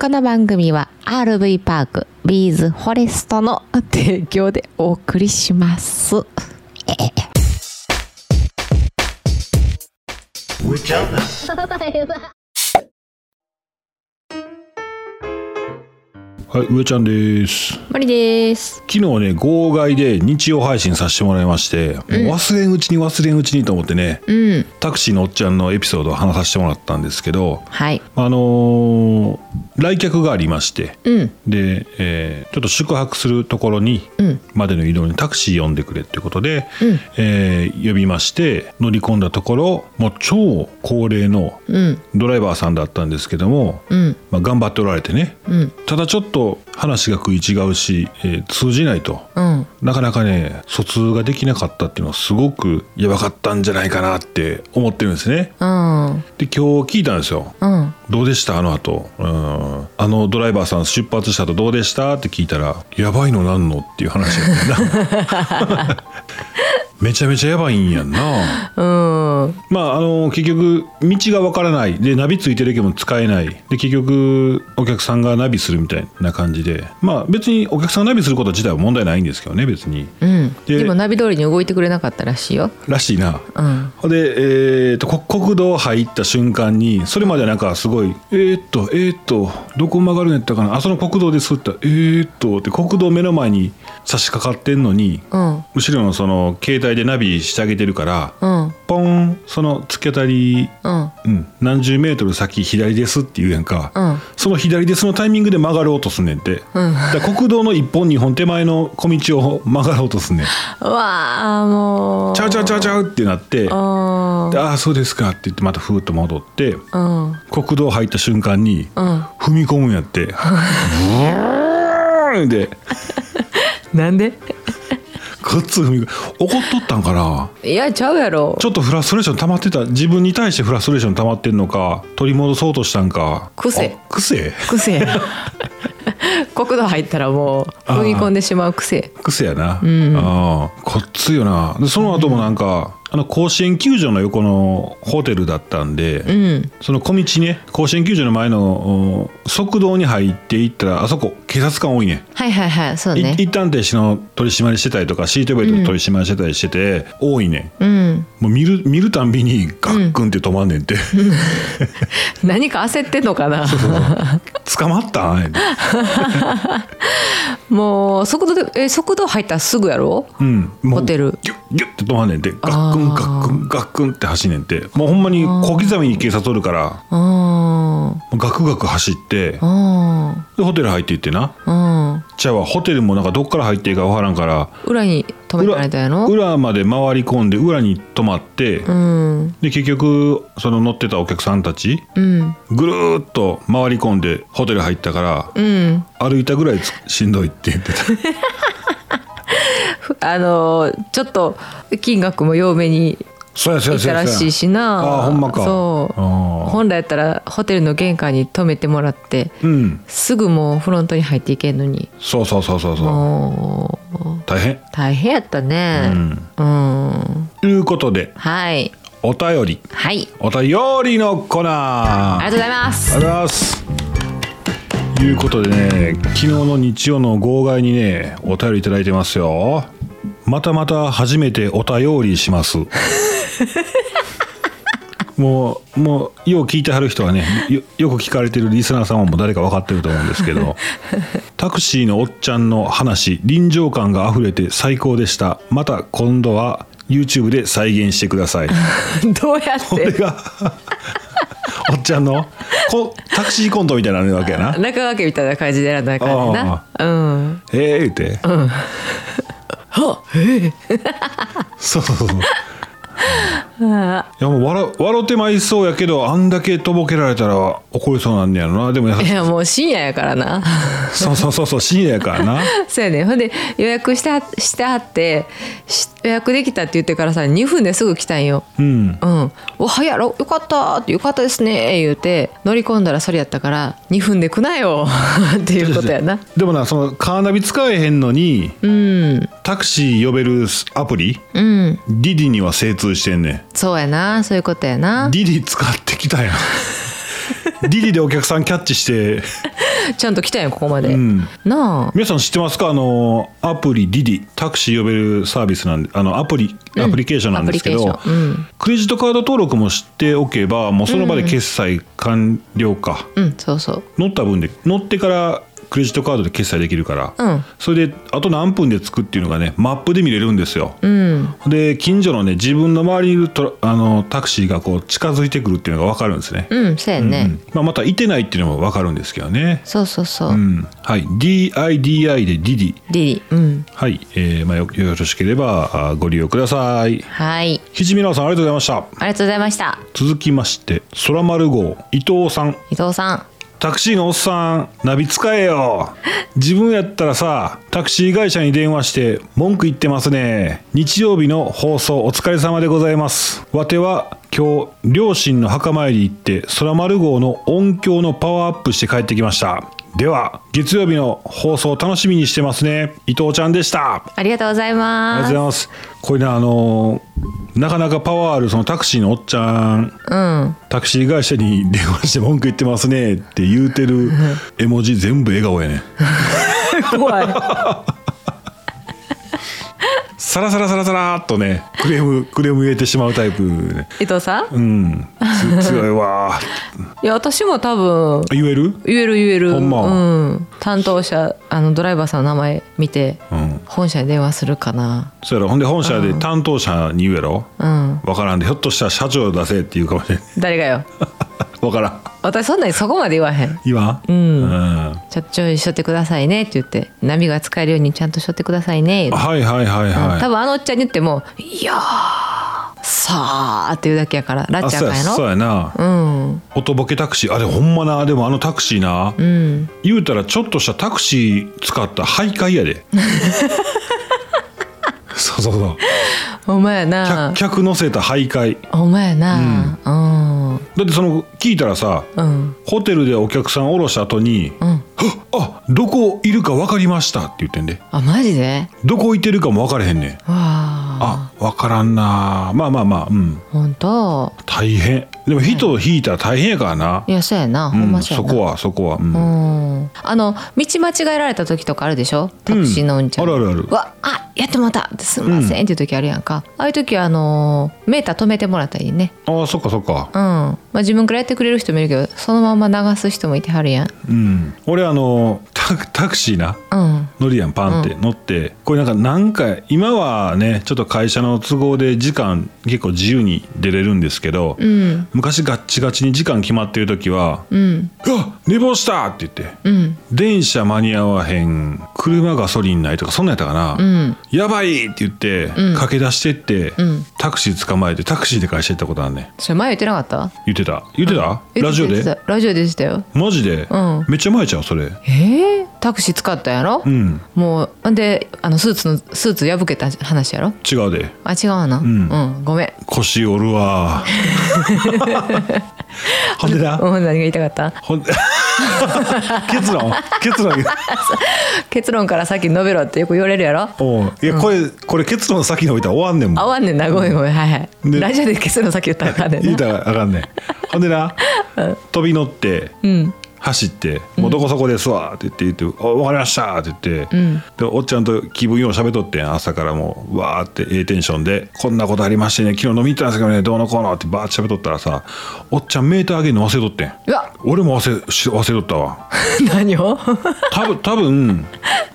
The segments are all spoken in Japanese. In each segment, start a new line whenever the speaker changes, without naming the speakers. この番組は RV パークビーズフォレストの提供でお送りします。
はい、上ちゃんです。
森です。
昨日ね、号外で日曜配信させてもらいまして、もう忘れんうちに忘れんうちにと思ってね、
うん。
タクシーのおっちゃんのエピソードを話させてもらったんですけど、
はい。
あのー来客がありまして、
うん。
で、えーちょっと宿泊するところに、
うん。
までの移動にタクシー呼んでくれっていうことで、
うん
えー呼びまして、乗り込んだところ、もう超高齢の
うん。
ドライバーさんだったんですけども、
うん。
まあ、頑張っておられてね、
うん。
ただちょっと話が食い違うし、えー通じないと
うん。
なかなかね疎通ができなかったっていうのはすごくやばかったんじゃないかなって思ってるんですね
うん。
で今日聞いたんですよ
うん。
どうでしたあの後うんあのドライバーさん出発した後どうでしたって聞いたらやばいのなんのっていう話やったん だめちゃめちゃやばいんやんな
うん。
まあ、あの結局道がわからないでナビついてるけども使えないで結局お客さんがナビするみたいな感じでまあ別にお客さんがナビすること自体は問題ないんですけどね別に
うん。
で
でもナビ通りに動いてくれなかったらしいよ。
らしいな
うん。
で、えー、とこ国道入った瞬間にそれまでなんかすごいえー、っとえー、っとどこ曲がるんやったかなあその国道ですってえー、っとって国道目の前に差し掛かってんのに
うん。
後ろのその携帯でナビしてあげてるから
うん。
ポンその突き当たり
うん。
うん、何十メートル先左ですって言うやんか、
うん
その左ですのタイミングで曲がろうとすんねんて、
うん
だから国道の一本二本手前の小道を曲がろうとすんねん
うわあ、もう。
ちゃうちゃうちゃうちゃうってなってで
うん。
ああそうですかって言ってまたふーっと戻って
うん。
国道入った瞬間に
うん。
踏み込むんやってブーンで
なんで
ごっつ踏み込む怒っとったんかない
や、ちゃうやろ。
ちょっとフラストレーション溜まってた自分に対してフラストレーション溜まってんのか取り戻そうとしたんか
癖
あ癖
癖国土入ったらもう踏み込んでしまう癖
癖やな、
ん
ああこっついよなでその後もなんか、あの甲子園球場の横のホテルだったんで、
うん
その小道ね甲子園球場の前のお側道に入っていったらあそこ警察官多いね
はいはいはいそう
い
ね
一旦停止の取り締まりしてたりとかシートベルトの取り締まりしてたりしてて、多いね
うん
もう見る見るたんびにガックンって止まんねんて、
何か焦ってんのかな
捕まったん
もう速度でえ速度入ったらすぐやろ
うん、もう
ホテル
ギュッギュッって止まんねんてガックン
あ
ガ
ー
ックンガックンって走んねんてもうほんまに小刻みに警察おるから
うん
ガクガク走って
うん
でホテル入っていってな
うん
じゃあホテルもなんかどっから入っていいか分からんから
裏に止めてられたや
裏
ろ
裏まで回り込んで裏に泊まって、
うん
で結局その乗ってたお客さんたち
うん
ぐるーっと回り込んでホテル入ったから、
うん
歩いたぐらいつしんどいって言 ってた
ふあのーちょっと金額も多めに
そうやそう
い
やそう
た
や
らしいしな
ああほんまか
そう
ああ
本来やったらホテルの玄関に泊めてもらって
うん
すぐもうフロントに入っていけんのに
そうそうそうそうそう
もう
大変
大変やったねうん、
ということで
はい
お便り
はい
お便りのコーナー
ありがとうございま
あ
す
りがとうございます。ということでね、昨日の日曜の号外にね、お便りいただいてますよ。またまた初めてお便りし ます。もう、もう、よう聞いてはる人はね、よよく聞かれてるリスナーさんはもう誰か分かってると思うんですけ ど、タクシーのおっちゃんの話、臨場感が溢れて最高でした。また今度は YouTube で再現してください。
どうやっ
これ
て
がおっちゃんのこタクシーコントみたいなのあるわけやな
中川家みたいな感じで選んだ感じなうん
「ええ」言うて「 そうそうそうそういやもう笑笑ってまいそうやけどあんだけとぼけられたら怒りそうなんねやろなでもや
いやもう深夜やからな
そうそうそうそう深夜やからな
そうやねほんで予約してはしてはってし予約できたって言ってからさ2分ですぐ来たんよ
うん
うん、お早やろよかったってよかったですね言うて乗り込んだらそれやったから2分で来なよ っていうことやな
でもなそのカーナビ使えへんのに
うん
タクシー呼べるアプリ
うん
ディディには精通してんねん
そうやなそういうことや な
ディディ使ってきたやんディディでお客さんキャッチして
ちゃんと来たんやここまで、
うん
なあ
皆さん知ってますかあのアプリディディタクシー呼べるサービスなんであのアプリアプリケーションなんですけど、
アプリケーションうん
クレジットカード登録もしておけばもうその場で決済完了か、
うんそうそう
乗った分で乗ってからクレジットカードで決済できるから、
うん
それであと何分で着くっていうのがねマップで見れるんですよ、
うん
で近所のね自分の周りにいるトラあのタクシーがこう近づいてくるっていうのが分かるんですね、
うんそうやね、
うんまあ、またいてないっていうのも分かるんですけどね、
そうそうそう、
うんはい、DIDI でディディ
リリうん
はい、えーまあ、よよろしければあご利用ください
はい
ひじみなおさんありがとうございました
ありがとうございました
続きまして空丸号伊藤さん
伊藤さん
タクシーのおっさんナビ使えよ自分やったらさタクシー会社に電話して文句言ってますね日曜日の放送お疲れ様でございますわては今日両親の墓参り行って空丸号の音響のパワーアップして帰ってきましたでは月曜日の放送楽しみにしてますね伊藤ちゃんでした
ありがとうござい
あり
ま
が
す
とうございます。これね、あのーなかなかパワーあるそのタクシーのおっちゃん、
うん
タクシー会社に電話して文句言ってますねって言うてる絵文字全部笑顔やね。
怖い
サラサラサラサラーっとね、クレーム、クレーム入れてしまうタイプね。
伊藤さん
うん、つ強いわー。
いや私も多分
言える
言える言える
ほんま
うん、担当者あのドライバーさんの名前見て、
うん
本社に電話するかな
そうやろ。ほんで本社で担当者に言うやろ。
うん
わからんで、ひょっとしたら社長出せって言うかもしれん。
誰がよ
わからん。
私そんなにそこまで言わへん
言わん
うん
うん
ちょちょいしょってくださいねって言ってナビが使えるようにちゃんとしょってくださいね言うて
はいはいはいはい。
多分あのおっちゃんに言っても「いやーさあ」っていうだけやからラッ
あ
チャー
そう
か
や
んや
そう
ろ
やな。
うん
音ボケタクシーあれほんまなでもあのタクシーな、
うん
言うたらちょっとしたタクシー使った徘徊や でそうそうそう
ほんまやな
客客乗せた徘徊
ほんまやなうんうん
だってその聞いたらさ
うん
ホテルでお客さん降ろした後に「はっあどこいるか分かりました」って言ってんで
あマジで
どこいてるかも分からへんねん
わあ
あ分からんなまあまあまあうん
本当
大変でも人を引いたら大変やからな、
いやそうやなほ
うん
ま
ん、
そう
そ
やな、
こはそこは、うん
うんあの道間違えられた時とかあるでしょタクシーの運転、
うんあるあるある
うわあやってもらったってすんませんっていう時あるやんか、ああいう時はあのーメーター止めてもらったりね
ああそっかそっか
うん、まあ、自分からやってくれる人もいるけどそのまま流す人もいてはるやん
うん、俺あのタクタクシーな
うん
乗るやんパンって乗って、これなんかなんか今はねちょっと会社の都合で時間結構自由に出れるんですけど、
うん
昔ガッチガチに時間決まってる時は
うん
「あ寝坊した!」って言って
うん
「電車間に合わへん車ガソリンない」とかそんなんやったかな「
うん
やばい!」って言って、
うん
駆け出してって、
うん
タクシー捕まえてタクシーで会社行ったことあんねん
それ前言ってなかった
言ってた言ってた、
言
ラ
ってた
ジオ
言って
で
たラジオでしたよ
マジで、
うん
めっちゃ前ちゃうそれ
えー、タクシー使ったやろ、
うん
もうほんであのスーツのスーツ破けた話やろ
違うで
あ違うなうんうん、ごめん
腰折るわ ほんでな
うん、何が言いたかった
ほんで 結論結論言う
結論から先述べろってよく言われるやろ
おういやこれ、これ結論先に置いたら終わんねん
合
もん
わんねんなごめんごめんはいはい、
で
ラジオで結論先言ったらあかんね
言
ん
う
な
たらあかんねんほんでな飛び乗って、
うん
走って「もうどこそこですわ」って言って言って「あ分かりました」って言って、
ん
でおっちゃんと気分よう喋っとってん朝からもうわーってええテンションで「こんなことありましてね昨日飲みに行ったんですけどねどうのこうの」ってバーって喋っとったらさおっちゃんメーター上げるの忘れとってん
うわ
俺も忘れし忘れとった わ
何を
多分多分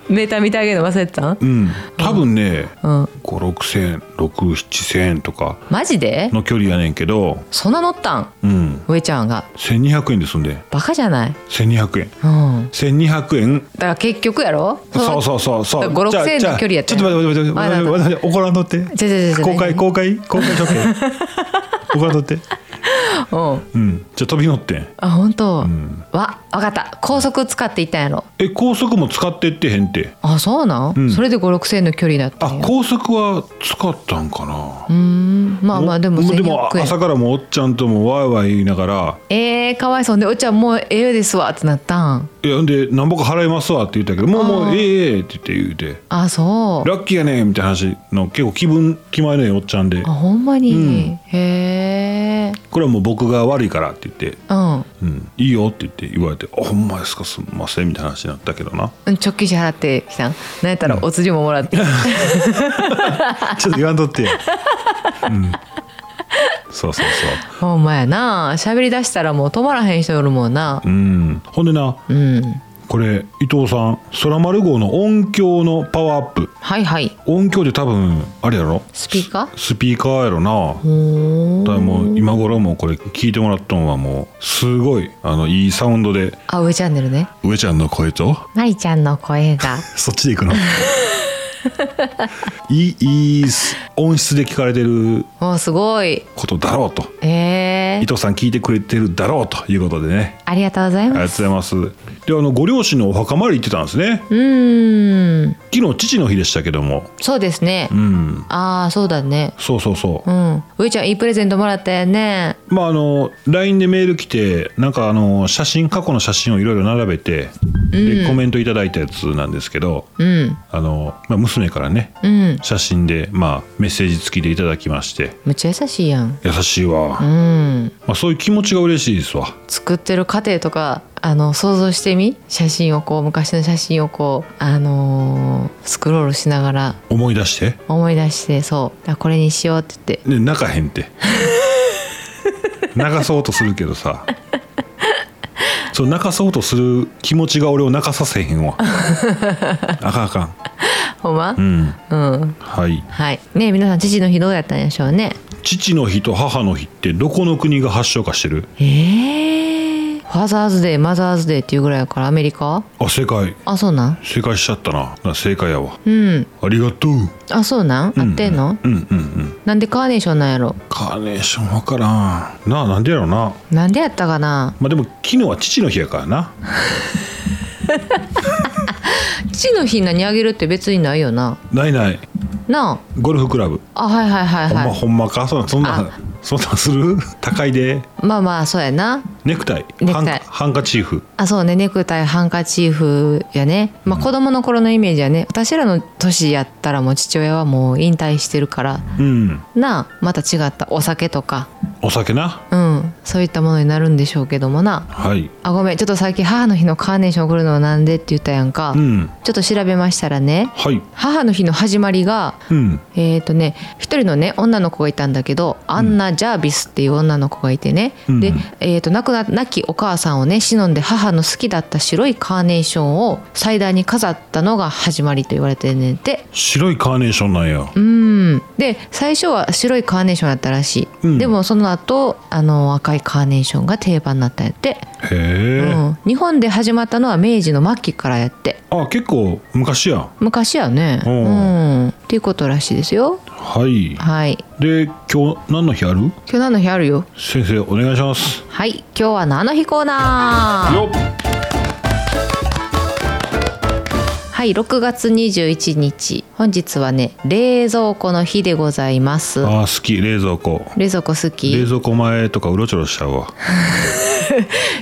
メーター見てあげるの忘れてたん
うん多分ね、
うん
56000 67000円とか
マジで
の距離やねんけど
そんな乗ったん
うん
上ちゃんが
1200円で済んで
バカじゃない
1200円
うん
1200円
だから結局やろ
そうそうそうそう。
5 6
じゃあ
千円の
じゃあ
距離やった
ちょっと待って待って待って
あ
待って待って怒らんとって。
じゃじゃじゃじゃ
公開
何
公開公開処刑。怒らんとって。
そのうん
うん。じゃあ飛び乗ってん。
あ本当、
ん
わわかった高速使っていったんやろ
え高速も使ってってへんって。
あそうなん、
ん
それで5 6千円の距離だった
あ
んや
高速は使ったんかな。
うーんまあまあでも
でも
1100円
朝からもうおっちゃんともワイワイ言いながら。
えー、かわいそうねおちゃんもうええですわってなったん
いやんで何ぼか払いますわって言ったけどもうもうええええって言って言うて
あそう
ラッキーやねんみたいな話の結構気分気前のええおっちゃんで
あほんまに、へえ
これはもう僕が悪いからって言って、
うん
うん、いいよって言って言われて「あほんまですかすんません」みたいな話になったけどな
うん直帰支払ってきたんなんやったらお釣りももらって、
ちょっと言わんとって、うん、そうそうそう
ほんまやな喋り出したらもう止まらへん人おるもんな
うんほんでな
うん
これ伊藤さん空丸号の音響のパワーアップ
はいはい
音響で多分あれやろ
スピーカー
スピーカーやろな
うーん
だからもう今頃もうこれ聞いてもらったのはもうすごいあのいいサウンドで
あ上チャンネルね
上ちゃんの声と
マリちゃんの声 が
そっちで行くの いいいいす音質で聞かれてる
もうすごい
ことだろうと
え
伊
ー、
藤さん聞いてくれてるだろうということでね
ありがとうござい
あり
ま
が
す
とうございますであのご両親のお墓参り行ってたんですね
うーん
昨日父の日でしたけども
そうですね
うん
ああそうだね
そうそうそう
う、ん上ちゃんいいプレゼントもらったよね
まああの LINE でメール来てなんかあの写真過去の写真をいろいろ並べて、でコメントいただいたやつなんですけど
うん
あの、まあ、娘からね
うん
写真で、まあ、メッセージ付きでいただきまして
むっちゃ優しいやん
優しいわ、
うん
まあ、そういう気持ちが嬉しいですわ
作ってる過程とかあの想像してみ写真をこう昔の写真をこうあのースクロールしながら
思い出して
思い出してそうあこれにしようって言って
ね泣かへんって泣かそうとするけどさそう泣かそうとする気持ちが俺を泣かさせへんわあかんあか
ほんま
んうん
うん、
はい
はいねえ皆さん父の日どうやったんでしょうね
父の日と母の日ってどこの国が発祥かしてる
ええファザーズデーマザーズデーっていうぐらいやからアメリカ
あ正解
あそうなん
正解しちゃったなな正解やわ
うん
ありがとう
あそうなん合ってんの、
うんうんうん
なんでカーネーションなんやろ
カーネーションわからんなあなんでやろうな
なんでやったかな
まあでも昨日は父の日やからな
父の日何あげるって別にないよな
ないない
な
ゴルフクラブ
ああはいはいはい
ほんま、
はい
ほんまかそんなそんな
あ
そんなんする 高いで
まあまあそうやな
ネクタイ
ネクタ
ハン
イ
カハンカチーフ
あそうねネクタイハンカチーフやね、まあ、子供の頃のイメージはね私らの年やったらもう父親はもう引退してるから
うん
なあまた違ったお酒とか、
お酒な
うん、そういったものになるんでしょうけどもな
はい
あごめんちょっとさっき母の日のカーネーション送るのはなんでって言ったやんか、
うん
ちょっと調べましたらね
はい
母の日の始まりが
うん
えーとね、一人のね女の子がいたんだけどアンナ・ジャービスっていう女の子がいてね、
うん
で、えー、と亡くな亡きお母さんをね忍んで母の好きだった白いカーネーションを祭壇に飾ったのが始まりと言われてんねんて。
白いカーネーションなんや
うんで最初は白いカーネーションだったらしい、
うん
でもその後あの赤いカーネーションが定番になったんやって、
へえ、
うん、日本で始まったのは明治の末期からやって
あ結構昔や
昔やね
おう
うんっていうことらしいですよ
はい
はい
で今日何の日ある
今日何の日あるよ
先生お願いします
はい、今日は何の日コーナー。
よっ
はい、6月21日、本日はね、冷蔵庫の日でございます。
あー好き冷蔵庫
冷蔵庫好
冷
き。
蔵庫前とかうろちょろしちゃうわ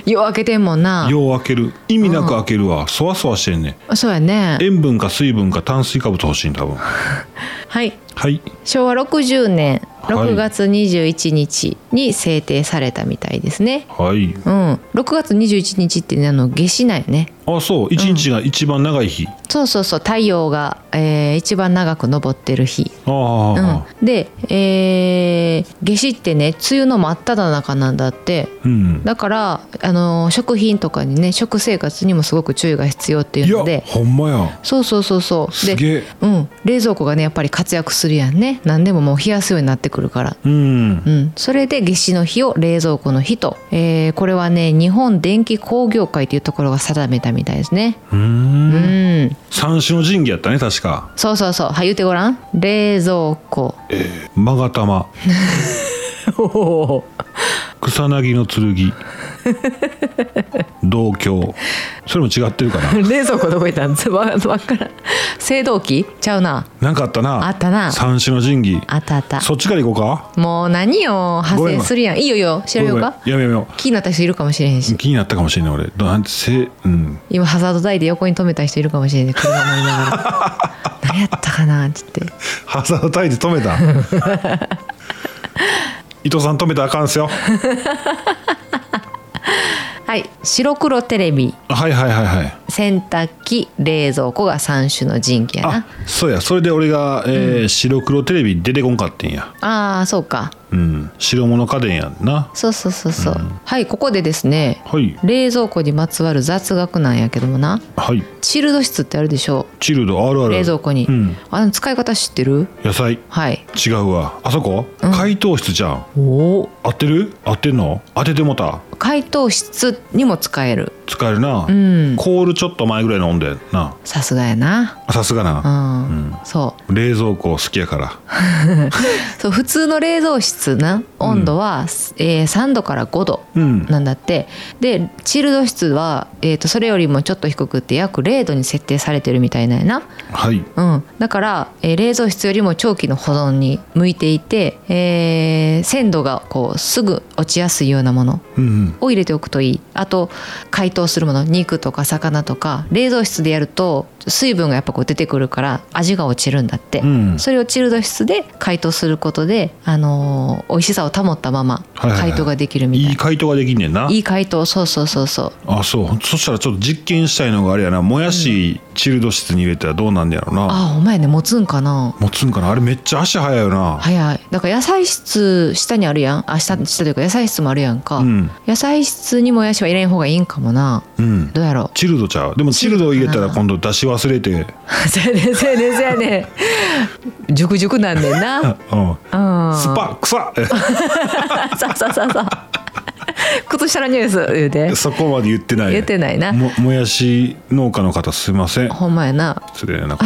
よう開けてんもんな。
よう開ける意味なく開けるわそわそわしてんねん
そうやね。
塩分か水分か炭水化物欲しいん多分
はい、
はい
昭和60年
はい
6月21日に制定されたみたいですね。
はい
うん、6月21日ってね、あの夏至なんよね。
あそう一日が一番長い日、
そうそうそう、太陽が、えー一番長く昇ってる日。
ああ、
うん、で、えー、夏至ってね梅雨の真っ只中なんだって
うん、
だから、あのー食品とかにね食生活にもすごく注意が必要って
い
いうの
や
で
ほんまや
そうそうそうそう
す
で、
げえ
うん、冷蔵庫がねやっぱり活躍するやんね何でももう冷やすようになってくるから。
うん
うん、それで夏至の日を冷蔵庫の日と、えーこれはね日本電気工業会というところが定めたみたいですね。
うーん
うん、
三種の神器やったね確か
そうそうそうはい言ってごらん冷蔵庫
勾 玉草薙の剣銅鏡それも違ってるかな
冷蔵庫どこ行ったんです わわからん青銅器ちゃうな
なんかあったな
あったな
三種の神器
あったあった
そっちから行こうか
もう何よ派
ごめん
生するやんいいよいいよ調べようか
ごめんごめんやめようやめよ
気になった人いるかもしれへん
う
し
気になったかもしれない俺どなんてせうん
今ハザード台で横に止めた人いるかもしれ ない車乗りながら 何やったかなって言って
ハザードタイで止めた伊藤さん止めたらあかんすよ
はい白黒テレビ
はいはいはいはい
洗濯機冷蔵庫が3種の神器や
あ
な
そうやそれで俺が、えー白黒テレビ出てこんかってんや
ああそうか
うん白物家電やんな
そうそうそうそう、はいここでですね
はい
冷蔵庫にまつわる雑学なんやけどもな
はい
チルド室ってあるでしょ
チルドあるある
冷蔵庫に、
うん
あの使い方知ってる
野菜
はい
違うわあそこ、解凍室じゃん
おお
合ってる合ってんの当ててもた
解凍室にも使える
使えるな、
ん
コールちょっと前ぐらいの温度やな
さすがやな
さすが
う
な、
ん、そう
冷蔵庫好きやから
そう普通の冷蔵室な温度は、えー3度から5度
うん
なんだってでチルド室は、えー、とそれよりもちょっと低くって約0度に設定されてるみたいなんやな
はい
うん、だから、えー冷蔵室よりも長期の保存に向いていて、えー鮮度がこうすぐ落ちやすいようなもの
うんうん
を入れておくといいあと解凍するもの肉とか魚とか冷蔵室でやると水分がやっぱこう出てくるから味が落ちるんだって、
うん
それをチルド室で解凍することで、あのー美味しさを保ったまま
はいはいはい
解凍ができるみたいな、
い
い
い解凍ができんねんない
解凍そうそうそうそう
あそうそしたらちょっと実験したいのがあれやなもやしチルド室に入れたらどうなんねやろな、
ああお前ね持つんかな
持つんかなあれめっちゃ足早いよな、
早いだから野菜室下にあるやんあ下下というか野菜室もあるやんか、
うん
野菜室にもやしは入れん方がいいんかもな
うん
どうやろう
チルドちゃうでもチルド入れたら今度出し忘れて
そやねんそやねんそやね ん熟熟なんねんなうん
うんスパクサ
そうそうそう そう靴下のニュース言うて
そこまで言ってない
言ってないな
ももやし農家の方すいません
ほんまやな
失礼なこと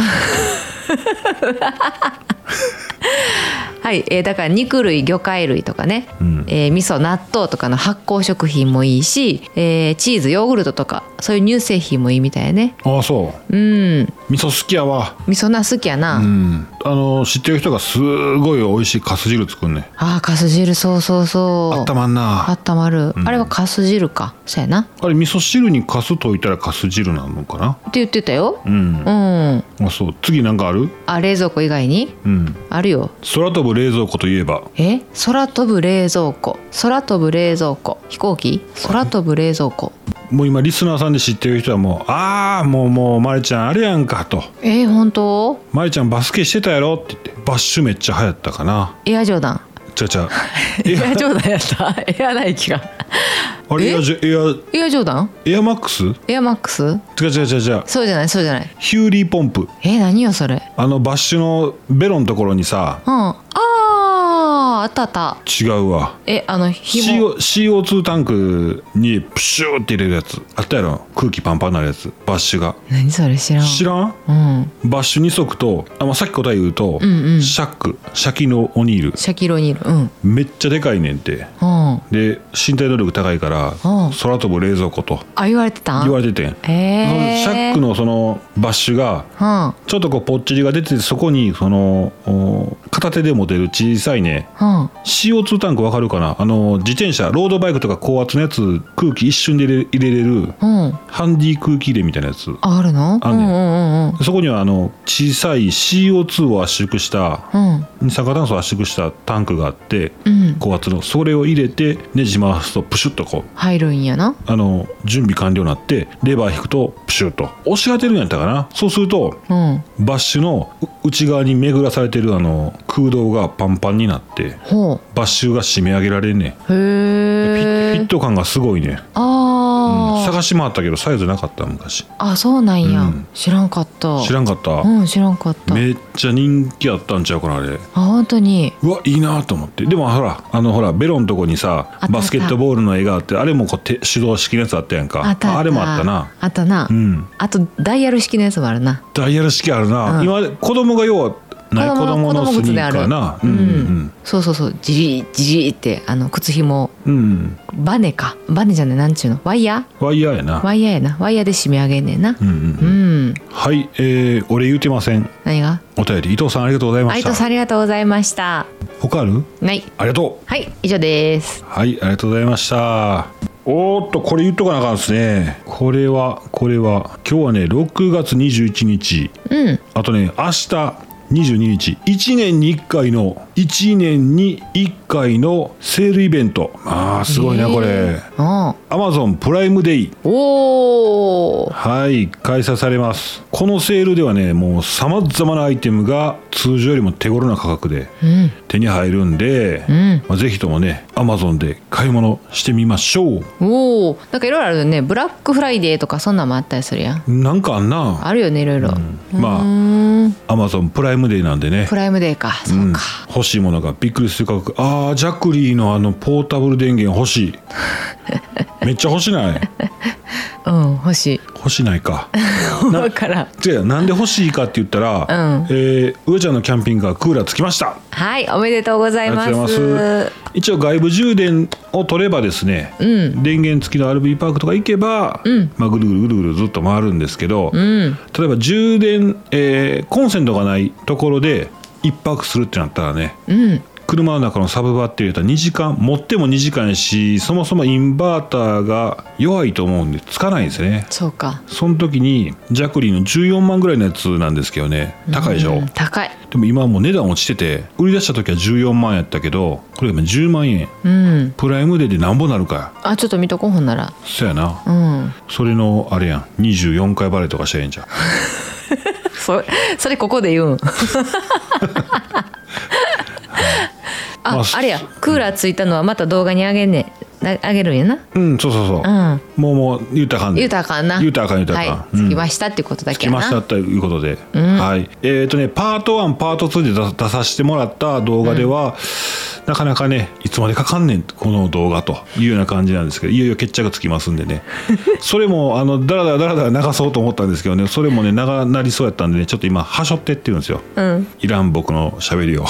はい、えーだから肉類魚介類とかね、
うん
えー味噌納豆とかの発酵食品もいいし、えーチーズヨーグルトとかそういう乳製品もいいみたいやね
ああそう
うん
味噌好きやわ
味噌な好きやな、
うんあの知ってる人がすごい美味しいカス汁作んねん
ああかす汁そうそうそう
あったまん
あ
な
ったまる、あれはかす汁かそうやなって
あれ味噌汁にカス溶いたらカス汁なのかな
言ってたよ
うん
うん
あそう次なんかある
あ冷蔵庫以外に
うん
あるよ
空飛ぶ冷蔵庫といえば
え空飛ぶ冷蔵庫空飛ぶ冷蔵庫飛行機空飛ぶ冷蔵庫
もう今リスナーさんで知ってる人はもう「ああもうもうまりちゃんあれやんか」と
えー、本当
「まりちゃんバスケしてたやろ」って言ってバッシュめっちゃ流行ったかな
エアジョーダン
ちゃちゃ
エ
エ
アジョーダンやった エアナイキが
アあれエアジョ
エアジョーダン
エアエアマックス違う
エアマックス
違う違う違う
そうじゃないそうじゃない
ヒューリーポンプ
えー、何よそれうん
あのバッシュのベロのところにさ
あああったあった
違うわ
えあの紐
CO CO2 タンクにプシューって入れるやつあったやろ空気パンパンになるやつバッシュが
何それ知らん
知らん
うん
バッシュ2足とあ、まあ、さっき答え言うと、
んうん
シャックシャキのオニール
シャキロニールうん
めっちゃでかいねんて
うん
で身体能力高いから
うん
空飛ぶ冷蔵庫と
あ言われてたん
言われててん、その
へえ
シャックのそのバッシュが
うん
ちょっとこうぽっちりが出ててそこにそのお片手で持てる小さいね
うん、
CO2 タンクわかるかなあの自転車ロードバイクとか高圧のやつ空気一瞬で入れ入れれる
うん、
ハンディ空気入れみたいなやつ
あるの
あんねん
うんうん
そこにはあの小さい CO2 を圧縮した
うんうん
二酸化炭素を圧縮したタンクがあって
うん
高圧のそれを入れてネジ回すとプシュッとこう
入るんやな
あの準備完了になってレバー引くとプシュッと押し当てるんやったかなそうすると
うん
バッシュのう内側に巡らされてるあの空洞がパンパンになって
ほ
バッシュが締め上げられんねん
う
フィフ
へ
ィッ
え
ト感がすごいね、うん
あー、
探し回ったけどサイズなかった昔
あそうなんや、
うん
知らんかった
知らんかった、
うん知らんかった
めっちゃ人気あったんちゃうかなあれ
あ本当に
うわいいなと思ってでもほらあのほらベロのとこにさ
あった
バスケットボールの絵があってあれもこう手手動式のやつあったやんか
あった
あれもあったな
あったな、
うん
あとダイヤル式のやつもあるな
ダイヤル式あるな、
うん
今子供が要はない子供のスニーカーなう
うんん、
うん
そうそうそうじりじりってあの靴ひも
うん、うん、
バネかバネじゃないなんちゅうのワイヤ
ワイヤーやな
ーワイヤーやなワイヤーで締め上げんねんな
うんうんう
うんん
はいえー、俺言うてません
何が
お便り伊藤さんありがとうございま
あ
し
いと
た
さんありがとうございました。
他ある
はい、
ありがとう
はい、以上です。
はいありがとうございましたおーっとこれ言っとかなあかんですねこれはこれは今日はね6月21日
うん、
あとね明日22日1年に1回の1年に1回のセールイベントあーすごいねこれ
うん。
Amazon プライムデイ
おお。
はい開催されますこのセールではねもうさまざまなアイテムが通常よりも手頃な価格で
うん。
手に入るんで、
ん
まあ、ぜひともね Amazon で買い物してみましょう
おお。なんかいろいろあるよね。ブラックフライデーとかそんなんもあったりするやん。
なんかあんな
あるよねいろいろ。
まあ
うーん。
Amazon プライムデーなんでね
プライムデーか。そううんか。、
欲しいものがびっくりする価格ああジャクリーのあのポータブル電源欲 しいめっちゃ欲しない
うん。欲しい。
欲しないかな
わからん。
違うなんで欲しいかって言ったら、
うん
えー上ちゃんのキャンピングカークーラーつきました
はい。おめでとうございます。
ありがとうございます一応外部充電を取ればですね、
うん
電源付きの RV パークとか行けば、
うん
まあ、ぐるぐるぐるぐるずっと回るんですけど、
うん。
例えば充電、えーコンセントがないところで一泊するってなったらね
うん。
車の中のサブバッテリーだったら2時間持っても2時間やしそもそもインバーターが弱いと思うんでつかないんですね
そうか。
その時にジャクリーの14万ぐらいのやつなんですけどね高いでしょ、
うん高い。
でも今はもう値段落ちてて売り出した時は14万やったけどこれ今10万円
うん。
プライムデーでなんぼなるか
あちょっと見とこうほんなら。
そやな
うん。
それのあれやん24回バレとかしたらええんじゃん
そそれここで言うん。 あ
まあ、
あれやクーラーついたのはまた動画にあげんねなあげるんやな
うんそうそうそう、
うん
もうもう言うたらあかんで
言うたらあかんな
言うたらあかん言うたらあかん
は
う
い
ん
つきましたってことだけ
来
やな
ましたということで、はいえっ、とねパート1パート2で出出させてもらった動画では、なかなかねいつまでかかんねんこの動画というような感じなんですけどいよいよ決着つきますんで ねそれもあのだらだらだらだら流そうと思ったんですけどねそれもね長なりそうやったんでねちょっと今はしょってってるんですよ、
うん
いらん僕の喋りを。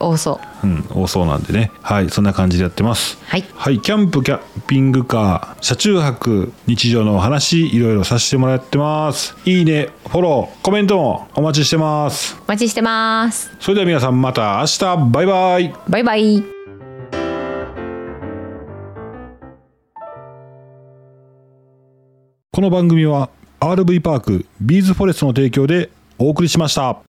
多そ
う
う
ん、多そうなんでねはいそんな感じでやってます
はい
はい、キャンプキャンピングカー車中泊日常のお話いろいろさせてもらってますいいねフォローコメントもお待ちしてます
お待ちしてます
それでは皆さんまた明日バイバイ
バイバイ
この番組は RV パークビーズフォレストの提供でお送りしました